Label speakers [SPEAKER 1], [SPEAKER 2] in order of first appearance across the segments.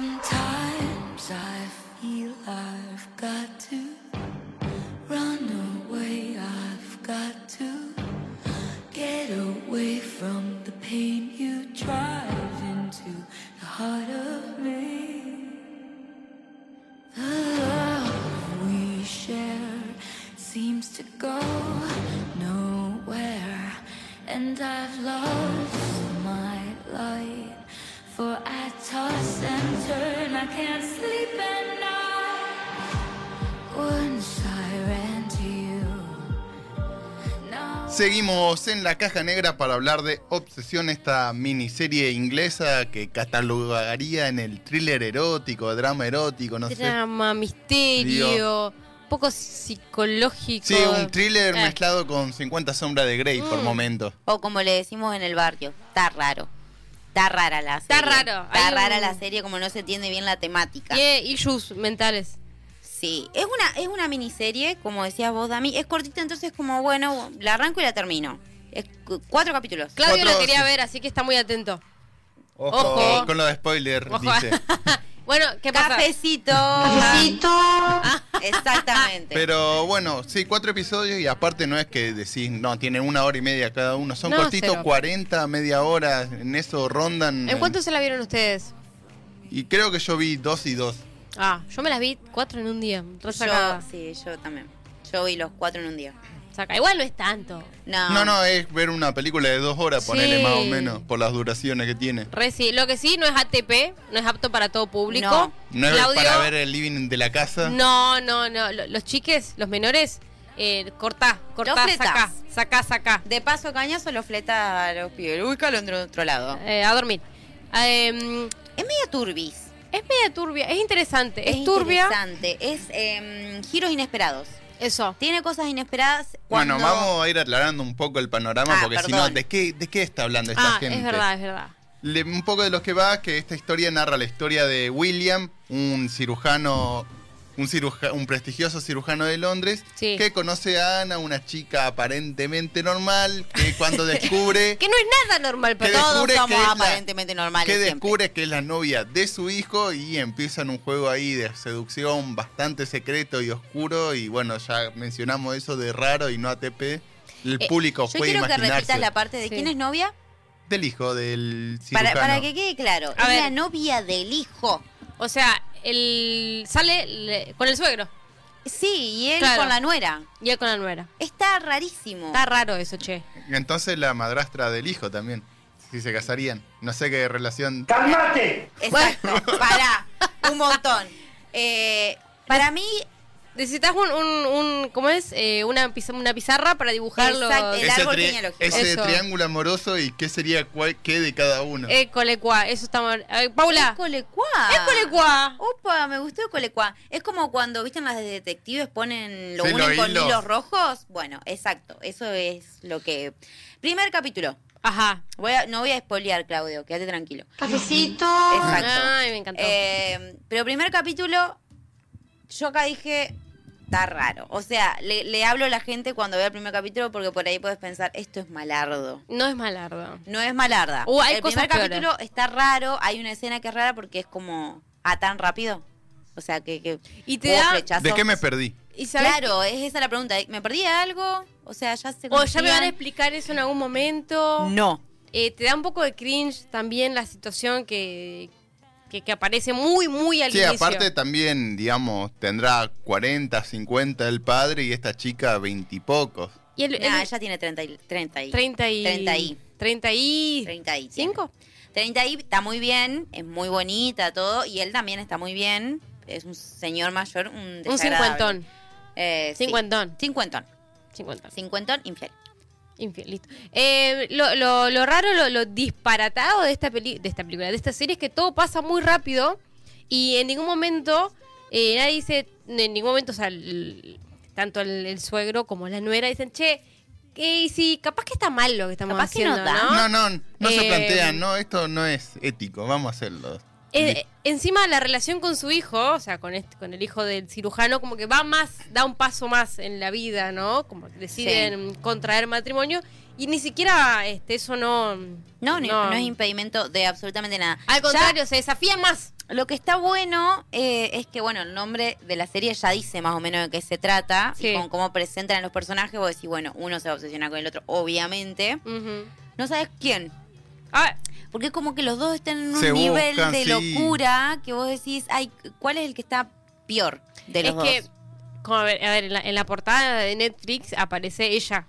[SPEAKER 1] Sometimes I feel I've got to run away. I've got to get away from the pain you drive into the heart of me. The love we share seems to go nowhere, and I've lost my light. For I toss and turn, I can't sleep at night. Once I ran to you, now.
[SPEAKER 2] Seguimos en la caja negra para hablar de Obsesión, esta miniserie inglesa que catalogaría en el thriller erótico, drama erótico, no sé.
[SPEAKER 3] Drama, misterio, poco psicológico.
[SPEAKER 2] Sí, un thriller
[SPEAKER 3] Eh.
[SPEAKER 2] mezclado con 50 sombras de Grey por
[SPEAKER 3] Mm.
[SPEAKER 2] momento.
[SPEAKER 4] O como le decimos en el barrio, está raro. Está rara la serie.
[SPEAKER 3] raro,
[SPEAKER 4] Está
[SPEAKER 3] hay
[SPEAKER 4] rara
[SPEAKER 3] un-
[SPEAKER 4] la serie como no se entiende bien la temática.
[SPEAKER 3] Tiene eh, issues mentales.
[SPEAKER 4] Sí, es una, es una miniserie, como decías vos, Dami. Es cortita, entonces como, bueno, la arranco y la termino. Es cu- cuatro capítulos.
[SPEAKER 3] Claudio
[SPEAKER 2] Otro-
[SPEAKER 3] lo quería
[SPEAKER 2] sí.
[SPEAKER 3] ver, así que está muy atento.
[SPEAKER 2] Ojo,
[SPEAKER 3] Ojo.
[SPEAKER 2] con los spoilers,
[SPEAKER 3] Ojo.
[SPEAKER 2] Pues dice.
[SPEAKER 3] bueno, ¿qué pasa? Ah.
[SPEAKER 4] Cafecito. Exactamente.
[SPEAKER 2] Pero bueno, sí, cuatro episodios y aparte no es que decís, no, tienen una hora y media cada uno. Son
[SPEAKER 3] No,
[SPEAKER 2] cortitos,
[SPEAKER 3] cero.
[SPEAKER 2] 40, media hora, en eso rondan.
[SPEAKER 3] ¿En cuánto se la vieron ustedes?
[SPEAKER 2] Y creo que yo vi dos y dos.
[SPEAKER 3] Ah, yo me las vi cuatro en un día.
[SPEAKER 4] yo,
[SPEAKER 3] Re sacada.
[SPEAKER 4] sí, yo también. Yo vi los cuatro en un día.
[SPEAKER 3] Saca. Igual no es tanto.
[SPEAKER 4] No,
[SPEAKER 2] No, no, es ver una película de dos horas,
[SPEAKER 3] Ah. Sí.
[SPEAKER 2] ponele más o menos, por las duraciones que tiene.
[SPEAKER 3] Re sí. Lo que sí, no es ATP, no es apto para todo público.
[SPEAKER 4] No.
[SPEAKER 2] No es
[SPEAKER 3] Claudio-
[SPEAKER 2] para ver el living de la casa.
[SPEAKER 3] No, no, no. Lo- Los chiques, los menores, eh, cortá, cortá,
[SPEAKER 4] fletás.
[SPEAKER 3] sacá, sacá, sacá.
[SPEAKER 4] De paso, cañazo lo fleta a los pibes. Ubícalo en otro lado.
[SPEAKER 3] Eh, a dormir. Eh,
[SPEAKER 4] Es media turbis.
[SPEAKER 3] es media turbia, es interesante. Es, turbia.
[SPEAKER 4] interesante. Es em, giros inesperados.
[SPEAKER 3] Eso.
[SPEAKER 4] Tiene cosas inesperadas.
[SPEAKER 2] Bueno,
[SPEAKER 4] cuando-
[SPEAKER 2] vamos a ir aclarando un poco el panorama,
[SPEAKER 4] Ah,
[SPEAKER 2] porque si no,
[SPEAKER 4] perdón.
[SPEAKER 2] ¿de qué, ¿de qué está hablando esta
[SPEAKER 3] Ah,
[SPEAKER 2] gente?
[SPEAKER 3] es verdad, es verdad.
[SPEAKER 2] Le- un poco de los que va, que esta historia narra la historia de William, un cirujano, un, ciruja- un prestigioso cirujano de Londres,
[SPEAKER 3] Sí.
[SPEAKER 2] que conoce a Ana, una chica aparentemente normal, que cuando descubre
[SPEAKER 3] Que no es nada normal
[SPEAKER 2] que
[SPEAKER 3] para
[SPEAKER 4] Todos
[SPEAKER 2] descubre que
[SPEAKER 4] somos
[SPEAKER 2] es la-
[SPEAKER 4] aparentemente normales
[SPEAKER 2] que
[SPEAKER 4] siempre.
[SPEAKER 2] descubre que es la novia de su hijo y empiezan un juego ahí de seducción bastante secreto y oscuro y bueno, ya mencionamos eso de raro y no ATP. El
[SPEAKER 3] Eh,
[SPEAKER 2] público
[SPEAKER 4] Yo
[SPEAKER 2] puede
[SPEAKER 4] quiero que
[SPEAKER 2] imaginarse
[SPEAKER 4] repitas la parte de
[SPEAKER 3] Sí.
[SPEAKER 4] quién es novia
[SPEAKER 2] del hijo del cirujano.
[SPEAKER 4] para, para que quede claro.
[SPEAKER 3] A
[SPEAKER 4] es
[SPEAKER 3] ver.
[SPEAKER 4] la novia del hijo.
[SPEAKER 3] O sea, el sale le- con el suegro
[SPEAKER 4] Sí, y él
[SPEAKER 3] Claro.
[SPEAKER 4] con la nuera.
[SPEAKER 3] y él con la nuera.
[SPEAKER 4] Está rarísimo.
[SPEAKER 3] Está raro eso, che.
[SPEAKER 2] Entonces la madrastra del hijo también, si se casarían. No sé qué relación...
[SPEAKER 4] Exacto. Pará. Un montón. Eh, para mí,
[SPEAKER 3] Necesitas un, un, un- ¿cómo es? Eh, una, piz- una pizarra para dibujarlo.
[SPEAKER 4] Exacto, el- árbol
[SPEAKER 2] tri-
[SPEAKER 4] genealógico.
[SPEAKER 2] ese
[SPEAKER 3] Eso.
[SPEAKER 2] triángulo amoroso y qué sería cuál, qué de cada uno.
[SPEAKER 4] Eh,
[SPEAKER 3] École, cuá, Eh, eso está mal. A ver, Paula.
[SPEAKER 4] Colecuá.
[SPEAKER 3] École, cuá.
[SPEAKER 4] Opa, me gustó el colecuá. Es como cuando, viste, en las de detectives ponen, lo
[SPEAKER 2] Sí,
[SPEAKER 4] unen
[SPEAKER 2] los
[SPEAKER 4] con
[SPEAKER 2] hilos.
[SPEAKER 4] hilos rojos. Bueno, exacto. Eso es lo que. Primer capítulo.
[SPEAKER 3] Ajá.
[SPEAKER 4] Voy a- no voy a espolear, Claudio, quédate tranquilo.
[SPEAKER 1] Cafecito.
[SPEAKER 4] Exacto.
[SPEAKER 3] Ay, me encantó.
[SPEAKER 4] Eh, pero primer capítulo, yo acá dije, está raro. O sea, le, le hablo a la gente cuando vea el primer capítulo porque por ahí puedes pensar, esto es malardo.
[SPEAKER 3] No es malardo.
[SPEAKER 4] No es malarda.
[SPEAKER 3] Uh, hay
[SPEAKER 4] el
[SPEAKER 3] cosas peores.
[SPEAKER 4] primer capítulo está raro, hay una escena que es rara porque es como, ah, tan rápido. O sea, que... que
[SPEAKER 3] Y te
[SPEAKER 4] hubo
[SPEAKER 3] da-
[SPEAKER 4] flechazos.
[SPEAKER 2] ¿De qué me perdí?
[SPEAKER 3] ¿Y sabes?
[SPEAKER 4] Claro, es esa la pregunta. ¿Me perdí algo? O sea, ya se...
[SPEAKER 3] O ya me van a
[SPEAKER 4] conocían.
[SPEAKER 3] explicar eso en algún momento.
[SPEAKER 4] No.
[SPEAKER 3] Eh, te da un poco de cringe también la situación que, que, que aparece muy, muy al
[SPEAKER 2] Sí,
[SPEAKER 3] inicio.
[SPEAKER 2] aparte también, digamos, tendrá 40, 50 el padre y esta chica 20 y pocos.
[SPEAKER 3] Y el,
[SPEAKER 4] Nah,
[SPEAKER 3] el-
[SPEAKER 4] ella tiene 30 y... 30 y...
[SPEAKER 3] 30 y...
[SPEAKER 4] 30 y...
[SPEAKER 3] 30 y...
[SPEAKER 4] 30 y... tiene.
[SPEAKER 3] 5.
[SPEAKER 4] 30 y está muy bien, es muy bonita, todo, y él también está muy bien. Es un señor mayor, un
[SPEAKER 3] Un
[SPEAKER 4] desagradable.
[SPEAKER 3] cincuentón.
[SPEAKER 4] Eh, sí.
[SPEAKER 3] Cincuentón.
[SPEAKER 4] Cincuentón.
[SPEAKER 3] Cincuentón.
[SPEAKER 4] Cincuentón infiel.
[SPEAKER 3] Infiel, listo. Eh, lo, lo- lo raro, lo, lo disparatado de esta, peli de esta película, de esta serie, es que todo pasa muy rápido y en ningún momento, eh, nadie dice, en ningún momento, o sea, el- tanto el, el suegro como la nuera dicen, che, eh, sí, capaz que está mal lo que estamos
[SPEAKER 4] Capaz que no
[SPEAKER 3] haciendo, ¿no?
[SPEAKER 4] da.
[SPEAKER 2] No, no, no se
[SPEAKER 3] Eh,
[SPEAKER 2] plantean, no, esto no es ético, vamos a hacerlo.
[SPEAKER 3] Eh, eh, encima la relación con su hijo, o sea, con, este- con el hijo del cirujano, como que va más, da un paso más en la vida, ¿no? Como que deciden contraer matrimonio y ni siquiera este, eso no...
[SPEAKER 4] No, no, no es impedimento de absolutamente nada.
[SPEAKER 3] Al
[SPEAKER 4] Ya-
[SPEAKER 3] contrario, se desafía más.
[SPEAKER 4] Lo que está bueno eh, es que, bueno, el nombre de la serie ya dice más o menos de qué se trata.
[SPEAKER 3] Sí.
[SPEAKER 4] Y con cómo presentan a los personajes, vos decís, bueno, uno se va a obsesionar con el otro, obviamente.
[SPEAKER 3] Ujú.
[SPEAKER 4] No sabes quién.
[SPEAKER 3] Ah,
[SPEAKER 4] Porque es como que los dos están en un
[SPEAKER 2] Se
[SPEAKER 4] nivel
[SPEAKER 2] buscan,
[SPEAKER 4] de
[SPEAKER 2] sí.
[SPEAKER 4] locura que vos decís, ay, ¿cuál es el que está peor de los
[SPEAKER 3] es que,
[SPEAKER 4] dos?
[SPEAKER 3] como a ver, a ver, en, la, en la portada de Netflix aparece ella.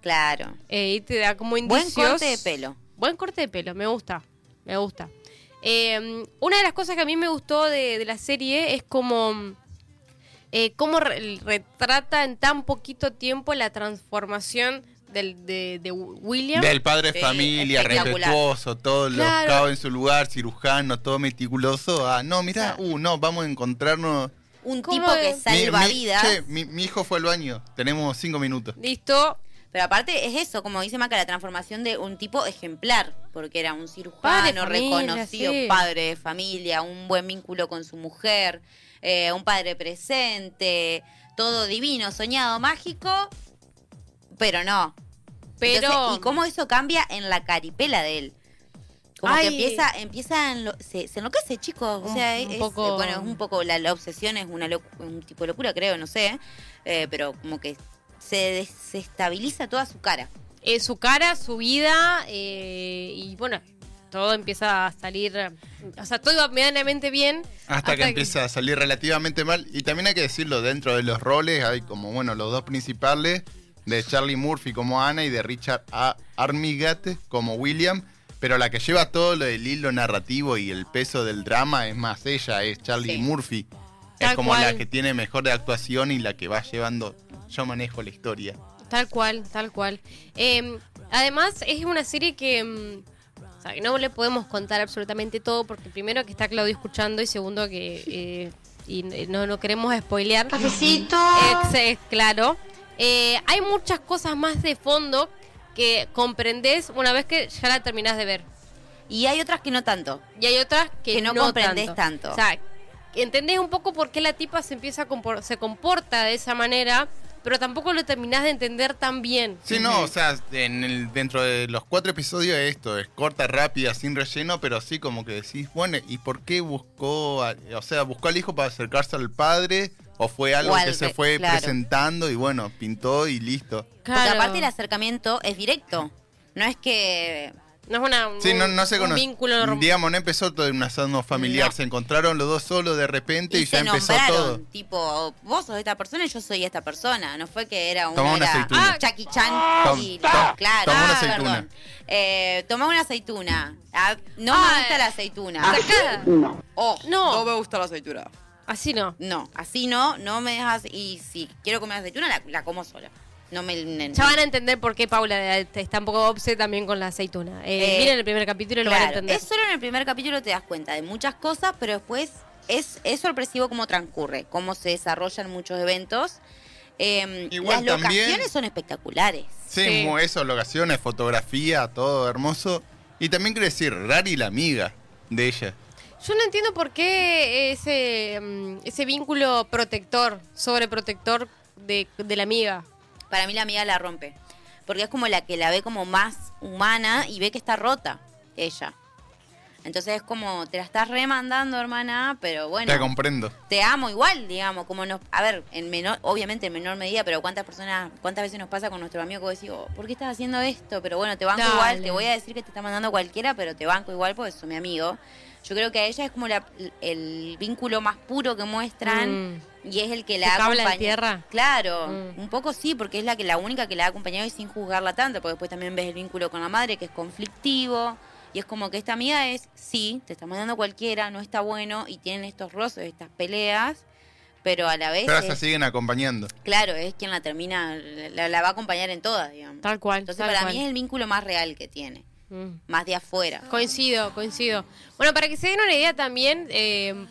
[SPEAKER 4] Claro.
[SPEAKER 3] eh, y te da como
[SPEAKER 4] Buen
[SPEAKER 3] indicios.
[SPEAKER 4] corte de pelo.
[SPEAKER 3] Buen corte de pelo, me gusta. Me gusta. Eh, una de las cosas que a mí me gustó de, de la serie es como. eh, cómo re- retrata en tan poquito tiempo la transformación del, de, de William.
[SPEAKER 2] Del padre
[SPEAKER 4] Sí,
[SPEAKER 2] de familia,
[SPEAKER 4] espectacular.
[SPEAKER 2] respetuoso, todos
[SPEAKER 3] Claro.
[SPEAKER 2] los cabos en su lugar, cirujano, todo meticuloso. Ah, no, mirá, uh, no, vamos a encontrarnos.
[SPEAKER 4] Un
[SPEAKER 3] ¿Cómo
[SPEAKER 4] tipo que
[SPEAKER 3] es?
[SPEAKER 2] Mi- mi-
[SPEAKER 4] salva vidas.
[SPEAKER 2] che, mi, mi hijo fue al baño, tenemos cinco minutos.
[SPEAKER 3] Listo.
[SPEAKER 4] Pero aparte es eso, como dice Maca, la transformación de un tipo ejemplar, porque era un
[SPEAKER 3] Padre
[SPEAKER 4] cirujano
[SPEAKER 3] de familia,
[SPEAKER 4] reconocido,
[SPEAKER 3] sí.
[SPEAKER 4] padre de familia, un buen vínculo con su mujer, eh, un padre presente, todo divino, soñado, mágico, pero no.
[SPEAKER 3] Pero.
[SPEAKER 4] Entonces, y cómo eso cambia en la caripela de él. Como
[SPEAKER 3] Ay.
[SPEAKER 4] que empieza, empieza a enlo- se, se enloquece, chicos. O
[SPEAKER 3] Un-
[SPEAKER 4] sea,
[SPEAKER 3] un
[SPEAKER 4] es,
[SPEAKER 3] poco-
[SPEAKER 4] bueno, es un poco, la, la obsesión es una loc- un tipo de locura, creo, no sé. eh, pero como que se desestabiliza toda su cara.
[SPEAKER 3] eh, su cara, su vida, eh, y bueno, todo empieza a salir, o sea, todo iba medianamente bien.
[SPEAKER 2] Hasta, que, empieza a salir relativamente mal. Y también hay que decirlo, dentro de los roles hay como, bueno, los dos principales, de Charlie Murphy como Ana y de Richard A. Armigate como William. Pero la que lleva todo lo del hilo narrativo y el peso del drama es más ella, es Charlie
[SPEAKER 4] Sí.
[SPEAKER 2] Murphy.
[SPEAKER 3] Tal
[SPEAKER 2] es como
[SPEAKER 3] cual.
[SPEAKER 2] la que tiene mejor de actuación y la que va llevando, yo manejo la historia.
[SPEAKER 3] Tal cual, tal cual. Eh, además, es una serie que mm, o sea, que no le podemos contar absolutamente todo, porque primero que está Claudio escuchando y segundo que eh, y n- no, no queremos spoilear.
[SPEAKER 5] Cafecito.
[SPEAKER 3] Ex- eh, claro. Eh, hay muchas cosas más de fondo que comprendés una vez que ya la terminás de ver.
[SPEAKER 4] Y hay otras que no tanto.
[SPEAKER 3] Y hay otras que,
[SPEAKER 4] Que no comprendés tanto.
[SPEAKER 3] O sea, entendés un poco por qué la tipa se empieza a compor- se comporta de esa manera, pero tampoco lo terminás de entender tan bien.
[SPEAKER 2] Sí, no, o sea, en el, dentro de los cuatro episodios es esto, es corta, rápida, sin relleno, pero sí como que decís, bueno, ¿y por qué buscó, a- o sea, buscó al hijo para acercarse al padre? ¿O fue algo
[SPEAKER 4] O
[SPEAKER 2] que
[SPEAKER 4] al
[SPEAKER 2] se
[SPEAKER 4] re-
[SPEAKER 2] fue
[SPEAKER 4] claro.
[SPEAKER 2] presentando y bueno, pintó y listo?
[SPEAKER 4] Porque aparte el acercamiento es directo. No es que
[SPEAKER 3] no es una,
[SPEAKER 2] Sí, no, no se
[SPEAKER 3] un
[SPEAKER 2] conoce.
[SPEAKER 3] vínculo norm-
[SPEAKER 2] Digamos, no empezó todo en un asado familiar,
[SPEAKER 4] No.
[SPEAKER 2] se encontraron los dos solos de repente y,
[SPEAKER 4] y
[SPEAKER 2] ya
[SPEAKER 4] se
[SPEAKER 2] empezó
[SPEAKER 4] nombraron,
[SPEAKER 2] todo.
[SPEAKER 4] tipo, vos sos esta persona y yo soy esta persona. No fue que era
[SPEAKER 2] Tomá
[SPEAKER 4] una,
[SPEAKER 2] una
[SPEAKER 4] era
[SPEAKER 2] aceituna.
[SPEAKER 4] ah, Jackie Chan
[SPEAKER 2] Tom-
[SPEAKER 4] y
[SPEAKER 2] tom-
[SPEAKER 4] claro.
[SPEAKER 2] tomá una
[SPEAKER 4] ah,
[SPEAKER 2] aceituna.
[SPEAKER 4] perdón. Eh, tomá una aceituna. Ah, no
[SPEAKER 3] Ah,
[SPEAKER 4] me gusta
[SPEAKER 3] eh.
[SPEAKER 4] la aceituna.
[SPEAKER 3] Sacada.
[SPEAKER 4] Oh,
[SPEAKER 3] No.
[SPEAKER 4] me gusta la aceituna.
[SPEAKER 3] Así no.
[SPEAKER 4] No, así no, no me dejas. Y si quiero comer aceituna, la, la como sola. No me. ne-
[SPEAKER 3] Ya van a entender por qué Paula está un poco obse también con la aceituna. Eh,
[SPEAKER 4] Eh,
[SPEAKER 3] miren el primer capítulo y lo van a
[SPEAKER 4] Claro,
[SPEAKER 3] entender.
[SPEAKER 4] es solo en el primer capítulo te das cuenta de muchas cosas, pero después es, es sorpresivo cómo transcurre, cómo se desarrollan muchos eventos. Eh,
[SPEAKER 2] Igual
[SPEAKER 4] las
[SPEAKER 2] también-
[SPEAKER 4] locaciones son espectaculares.
[SPEAKER 2] Sí,
[SPEAKER 3] Sí.
[SPEAKER 2] mu- eso, locaciones, fotografía, todo hermoso. Y también quiero decir, Rari la amiga de ella.
[SPEAKER 3] Yo no entiendo por qué ese, mm, ese vínculo protector, sobreprotector de, de la amiga.
[SPEAKER 4] Para mí la amiga la rompe, porque es como la que la ve como más humana y ve que está rota ella. Entonces es como, te la estás remandando, hermana, pero bueno.
[SPEAKER 2] Te comprendo.
[SPEAKER 4] te amo igual, digamos, como nos, a ver, en menor, obviamente en menor medida, pero cuántas personas, cuántas veces nos pasa con nuestro amigo que decís, oh, ¿por qué estás haciendo esto? Pero bueno, te banco
[SPEAKER 3] Dale.
[SPEAKER 4] igual, te voy a decir que te está mandando cualquiera, pero te banco igual porque soy mi amigo. Yo creo que a ella es como la- el vínculo más puro que muestran
[SPEAKER 3] Mm.
[SPEAKER 4] y es el que
[SPEAKER 3] ¿Se
[SPEAKER 4] la
[SPEAKER 3] cabla en
[SPEAKER 4] acompaña-
[SPEAKER 3] tierra?
[SPEAKER 4] Claro,
[SPEAKER 3] Mm.
[SPEAKER 4] un poco sí, porque es la que la única que la ha acompañado y sin juzgarla tanto, porque después también ves el vínculo con la madre que es conflictivo. Y es como que esta amiga es, sí, te está mandando cualquiera, no está bueno, y tienen estos roces, estas peleas, pero a la vez,
[SPEAKER 2] Pero
[SPEAKER 4] es-
[SPEAKER 2] se siguen acompañando.
[SPEAKER 4] claro, es quien la termina, la, la va a acompañar en todas, digamos.
[SPEAKER 3] Tal cual.
[SPEAKER 4] Entonces
[SPEAKER 3] tal
[SPEAKER 4] para
[SPEAKER 3] cual.
[SPEAKER 4] mí es el vínculo más real que tiene,
[SPEAKER 3] Mm.
[SPEAKER 4] más de afuera.
[SPEAKER 3] Coincido, coincido. Bueno, para que se den una idea también, eh,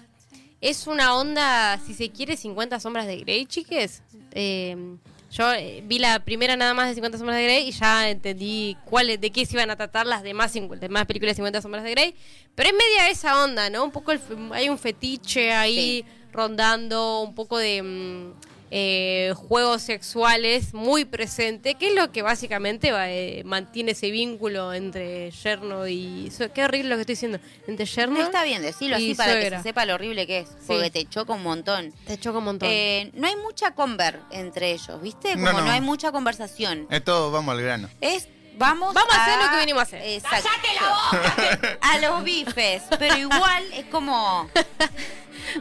[SPEAKER 3] es una onda, si se quiere, 50 sombras de Grey, chiques. Eh, yo eh, vi la primera nada más de 50 sombras de Grey y ya entendí cuáles, de qué se iban a tratar las demás, cincu- demás películas de 50 sombras de Grey. Pero es media esa onda, ¿no? Un poco el fe- hay un fetiche ahí
[SPEAKER 4] Sí.
[SPEAKER 3] rondando, un poco de... mm, eh, juegos sexuales muy presente, que es lo que básicamente va, eh, mantiene ese vínculo entre yerno y... sue- Qué horrible lo que estoy diciendo. Entre yerno...
[SPEAKER 4] No está bien decirlo
[SPEAKER 3] Y
[SPEAKER 4] así para que
[SPEAKER 3] suegra.
[SPEAKER 4] se sepa lo horrible que es, porque
[SPEAKER 3] Sí.
[SPEAKER 4] te choca un montón.
[SPEAKER 3] Te choca un montón.
[SPEAKER 4] Eh, no hay mucha conver entre ellos, ¿viste? Como
[SPEAKER 2] No,
[SPEAKER 4] no,
[SPEAKER 2] no. Eh.
[SPEAKER 4] hay mucha conversación.
[SPEAKER 2] Esto vamos al grano.
[SPEAKER 4] Es vamos,
[SPEAKER 3] Vamos a hacer lo que venimos a hacer.
[SPEAKER 4] Exacto. A los bifes, pero igual es como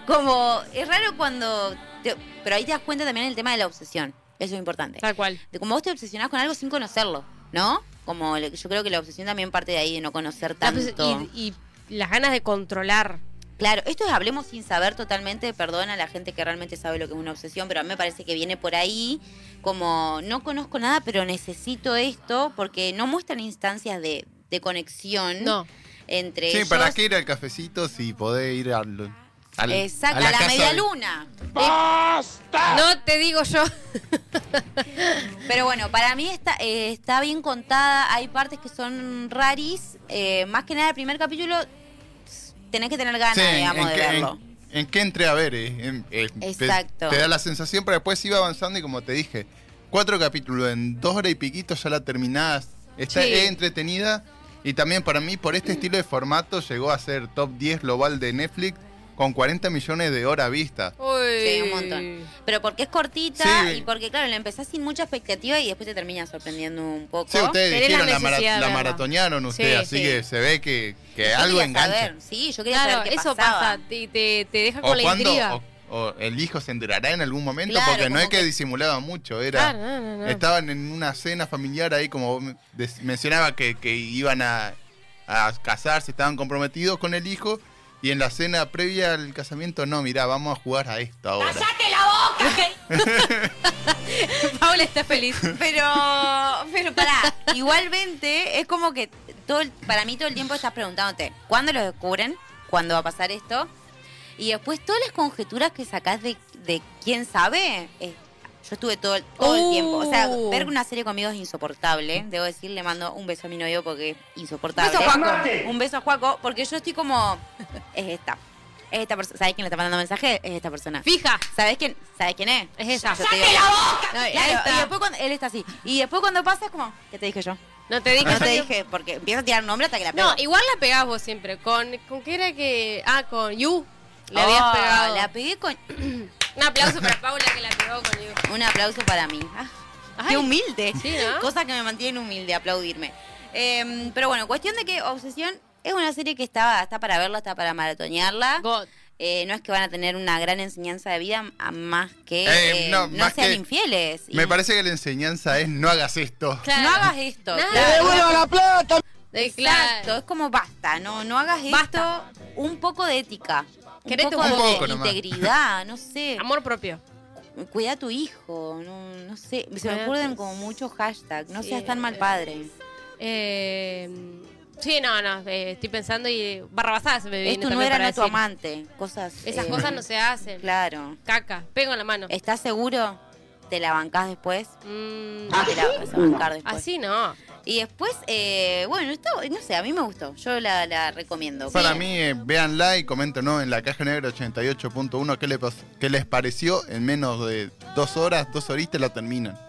[SPEAKER 4] como es raro cuando te- pero ahí te das cuenta también el tema de la obsesión. Eso es importante.
[SPEAKER 3] Tal cual.
[SPEAKER 4] De como vos te obsesionás con algo sin conocerlo, ¿no? Como le- yo creo que la obsesión también parte de ahí de no conocer
[SPEAKER 3] La pos-
[SPEAKER 4] tanto.
[SPEAKER 3] ah, pues, y, y las ganas de controlar.
[SPEAKER 4] Claro, esto es hablemos sin saber totalmente, perdona a la gente que realmente sabe lo que es una obsesión, pero a mí me parece que viene por ahí como no conozco nada, pero necesito esto porque no muestran instancias de, de conexión
[SPEAKER 3] No.
[SPEAKER 4] entre
[SPEAKER 2] Sí,
[SPEAKER 4] ellos.
[SPEAKER 2] ¿para qué ir al cafecito si podés ir al, al-
[SPEAKER 4] Exacto, a la,
[SPEAKER 2] casa
[SPEAKER 4] media
[SPEAKER 2] de-
[SPEAKER 4] luna. Eh,
[SPEAKER 3] No te digo yo.
[SPEAKER 4] Pero bueno, para mí está, eh, está bien contada, hay partes que son raris, eh, más que nada el primer capítulo tenés que tener ganas,
[SPEAKER 2] Sí, en-
[SPEAKER 4] digamos,
[SPEAKER 2] en
[SPEAKER 4] de
[SPEAKER 2] qué-
[SPEAKER 4] verlo.
[SPEAKER 2] en- en qué entré a ver? eh, en- eh, te-
[SPEAKER 4] Exacto.
[SPEAKER 2] Te, da la sensación, pero después iba avanzando y como te dije, cuatro capítulos en dos horas y piquito ya la terminás. Está
[SPEAKER 3] Sí.
[SPEAKER 2] entretenida y también para mí, por este estilo de formato, llegó a ser top 10 global de Netflix con 40 millones de horas vistas.
[SPEAKER 4] Sí, un montón. Pero porque es cortita
[SPEAKER 2] Sí.
[SPEAKER 4] y porque, claro, la empezás sin mucha expectativa y después te termina sorprendiendo un poco.
[SPEAKER 2] Sí, ustedes
[SPEAKER 3] Tenés la
[SPEAKER 2] dijeron, la, mara-
[SPEAKER 3] necesidad de
[SPEAKER 2] la
[SPEAKER 3] verla.
[SPEAKER 2] maratonearon ustedes, así
[SPEAKER 3] Sí,
[SPEAKER 4] sí.
[SPEAKER 2] que se ve que, que
[SPEAKER 4] Yo
[SPEAKER 2] algo
[SPEAKER 4] quería
[SPEAKER 2] engancha.
[SPEAKER 4] saber, Sí, yo quería
[SPEAKER 3] Claro,
[SPEAKER 4] saber qué
[SPEAKER 3] eso
[SPEAKER 4] pasaba.
[SPEAKER 3] pasa. Te, te, te deja
[SPEAKER 2] O
[SPEAKER 3] con la
[SPEAKER 2] cuando
[SPEAKER 3] intriga.
[SPEAKER 2] o- o el hijo se enterará en algún momento,
[SPEAKER 4] Claro,
[SPEAKER 2] porque no
[SPEAKER 4] como
[SPEAKER 2] es que,
[SPEAKER 4] que-
[SPEAKER 2] disimulaba mucho, era...
[SPEAKER 3] Claro, no, no, no.
[SPEAKER 2] Estaban en una cena familiar ahí, como vos me- des- mencionaba que, que iban a, a casarse, estaban comprometidos con el hijo. Y en la cena previa al casamiento, no, mirá, vamos a jugar a esto ahora.
[SPEAKER 3] Paula está feliz.
[SPEAKER 4] Pero, pero pará, igualmente es como que todo el- para mí todo el tiempo estás preguntándote, ¿cuándo lo descubren? ¿Cuándo va a pasar esto? Y después todas las conjeturas que sacás de, de quién sabe. eh, yo estuve todo, el- todo el
[SPEAKER 3] Uh.
[SPEAKER 4] tiempo. O sea, ver una serie conmigo es insoportable. Debo decir, le mando un beso a mi novio porque es insoportable.
[SPEAKER 3] Beso a Juaco.
[SPEAKER 4] Un beso a Juaco, porque yo estoy como. Es esta. Es esta persona. ¿Sabés quién le está mandando mensaje? Es esta persona.
[SPEAKER 3] Fija.
[SPEAKER 4] ¿Sabés quién? ¿Sabés quién es?
[SPEAKER 3] Es esa.
[SPEAKER 4] Yo te digo-
[SPEAKER 3] No, ahí
[SPEAKER 4] Claro,
[SPEAKER 3] está.
[SPEAKER 4] y después cuando, él está así. Y después cuando pasa es como, ¿qué te dije yo?
[SPEAKER 3] No te dije.
[SPEAKER 4] No te dije, porque empieza a tirar nombre hasta que la pego.
[SPEAKER 3] No, igual la pegás vos siempre. ¿Con, con qué era que.? Ah, con You. La
[SPEAKER 4] Oh,
[SPEAKER 3] habías pegado.
[SPEAKER 4] La pegué con
[SPEAKER 3] Un aplauso para Paula que la pegó con You.
[SPEAKER 4] un aplauso para mí. Ah,
[SPEAKER 3] Ay.
[SPEAKER 4] qué humilde.
[SPEAKER 3] Sí, ¿no?
[SPEAKER 4] Cosa que me mantiene humilde, aplaudirme. Em, pero bueno, cuestión de que Obsesión es una serie que estaba, está para verla, está para maratonearla.
[SPEAKER 3] God.
[SPEAKER 4] Eh, no es que van a tener una gran enseñanza de vida a más que
[SPEAKER 2] Eh,
[SPEAKER 4] eh,
[SPEAKER 2] no,
[SPEAKER 4] no,
[SPEAKER 2] más
[SPEAKER 4] sean
[SPEAKER 2] que-
[SPEAKER 4] infieles. Y
[SPEAKER 2] Me parece que la enseñanza es no hagas esto.
[SPEAKER 3] Claro.
[SPEAKER 4] No hagas esto.
[SPEAKER 3] Nada.
[SPEAKER 4] claro.
[SPEAKER 3] Eh,
[SPEAKER 4] Exacto,
[SPEAKER 3] claro.
[SPEAKER 4] es como basta, no, no hagas
[SPEAKER 3] Basta.
[SPEAKER 4] esto. Un poco de ética, un
[SPEAKER 3] Querete
[SPEAKER 4] poco
[SPEAKER 3] un
[SPEAKER 4] de
[SPEAKER 2] poco. Un poco nomás.
[SPEAKER 4] integridad, no sé.
[SPEAKER 3] Amor propio.
[SPEAKER 4] Cuida a tu hijo, no, no sé. Se me
[SPEAKER 3] Cuida
[SPEAKER 4] ocurren
[SPEAKER 3] tus-
[SPEAKER 4] como muchos hashtags, no
[SPEAKER 3] Sí,
[SPEAKER 4] seas tan mal padre.
[SPEAKER 3] Eh, sí, no, no. eh, estoy pensando y. Barrabasadas me viene
[SPEAKER 4] Es tu
[SPEAKER 3] también
[SPEAKER 4] nuera,
[SPEAKER 3] para
[SPEAKER 4] no tu
[SPEAKER 3] decir.
[SPEAKER 4] amante. Cosas.
[SPEAKER 3] Esas
[SPEAKER 4] eh,
[SPEAKER 3] cosas no se hacen.
[SPEAKER 4] Claro.
[SPEAKER 3] Caca. Pego en la mano.
[SPEAKER 4] ¿Estás seguro? ¿Te la bancás después?
[SPEAKER 3] Mm,
[SPEAKER 4] No te la vas a bancar después.
[SPEAKER 3] así no.
[SPEAKER 4] Y después, eh, bueno, esto, no sé, a mí me gustó. Yo la, la recomiendo.
[SPEAKER 2] Para
[SPEAKER 4] Sí.
[SPEAKER 2] mí, eh, véanla y coméntenos en la caja negra 88.1 qué, le pas- qué les pareció. En menos de dos horas, dos horitas la terminan.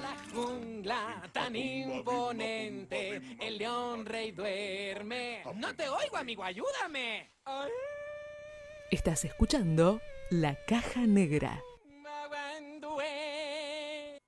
[SPEAKER 5] La jungla tan imponente, el león rey duerme. No te oigo, amigo, ayúdame.
[SPEAKER 6] Estás escuchando La Caja Negra.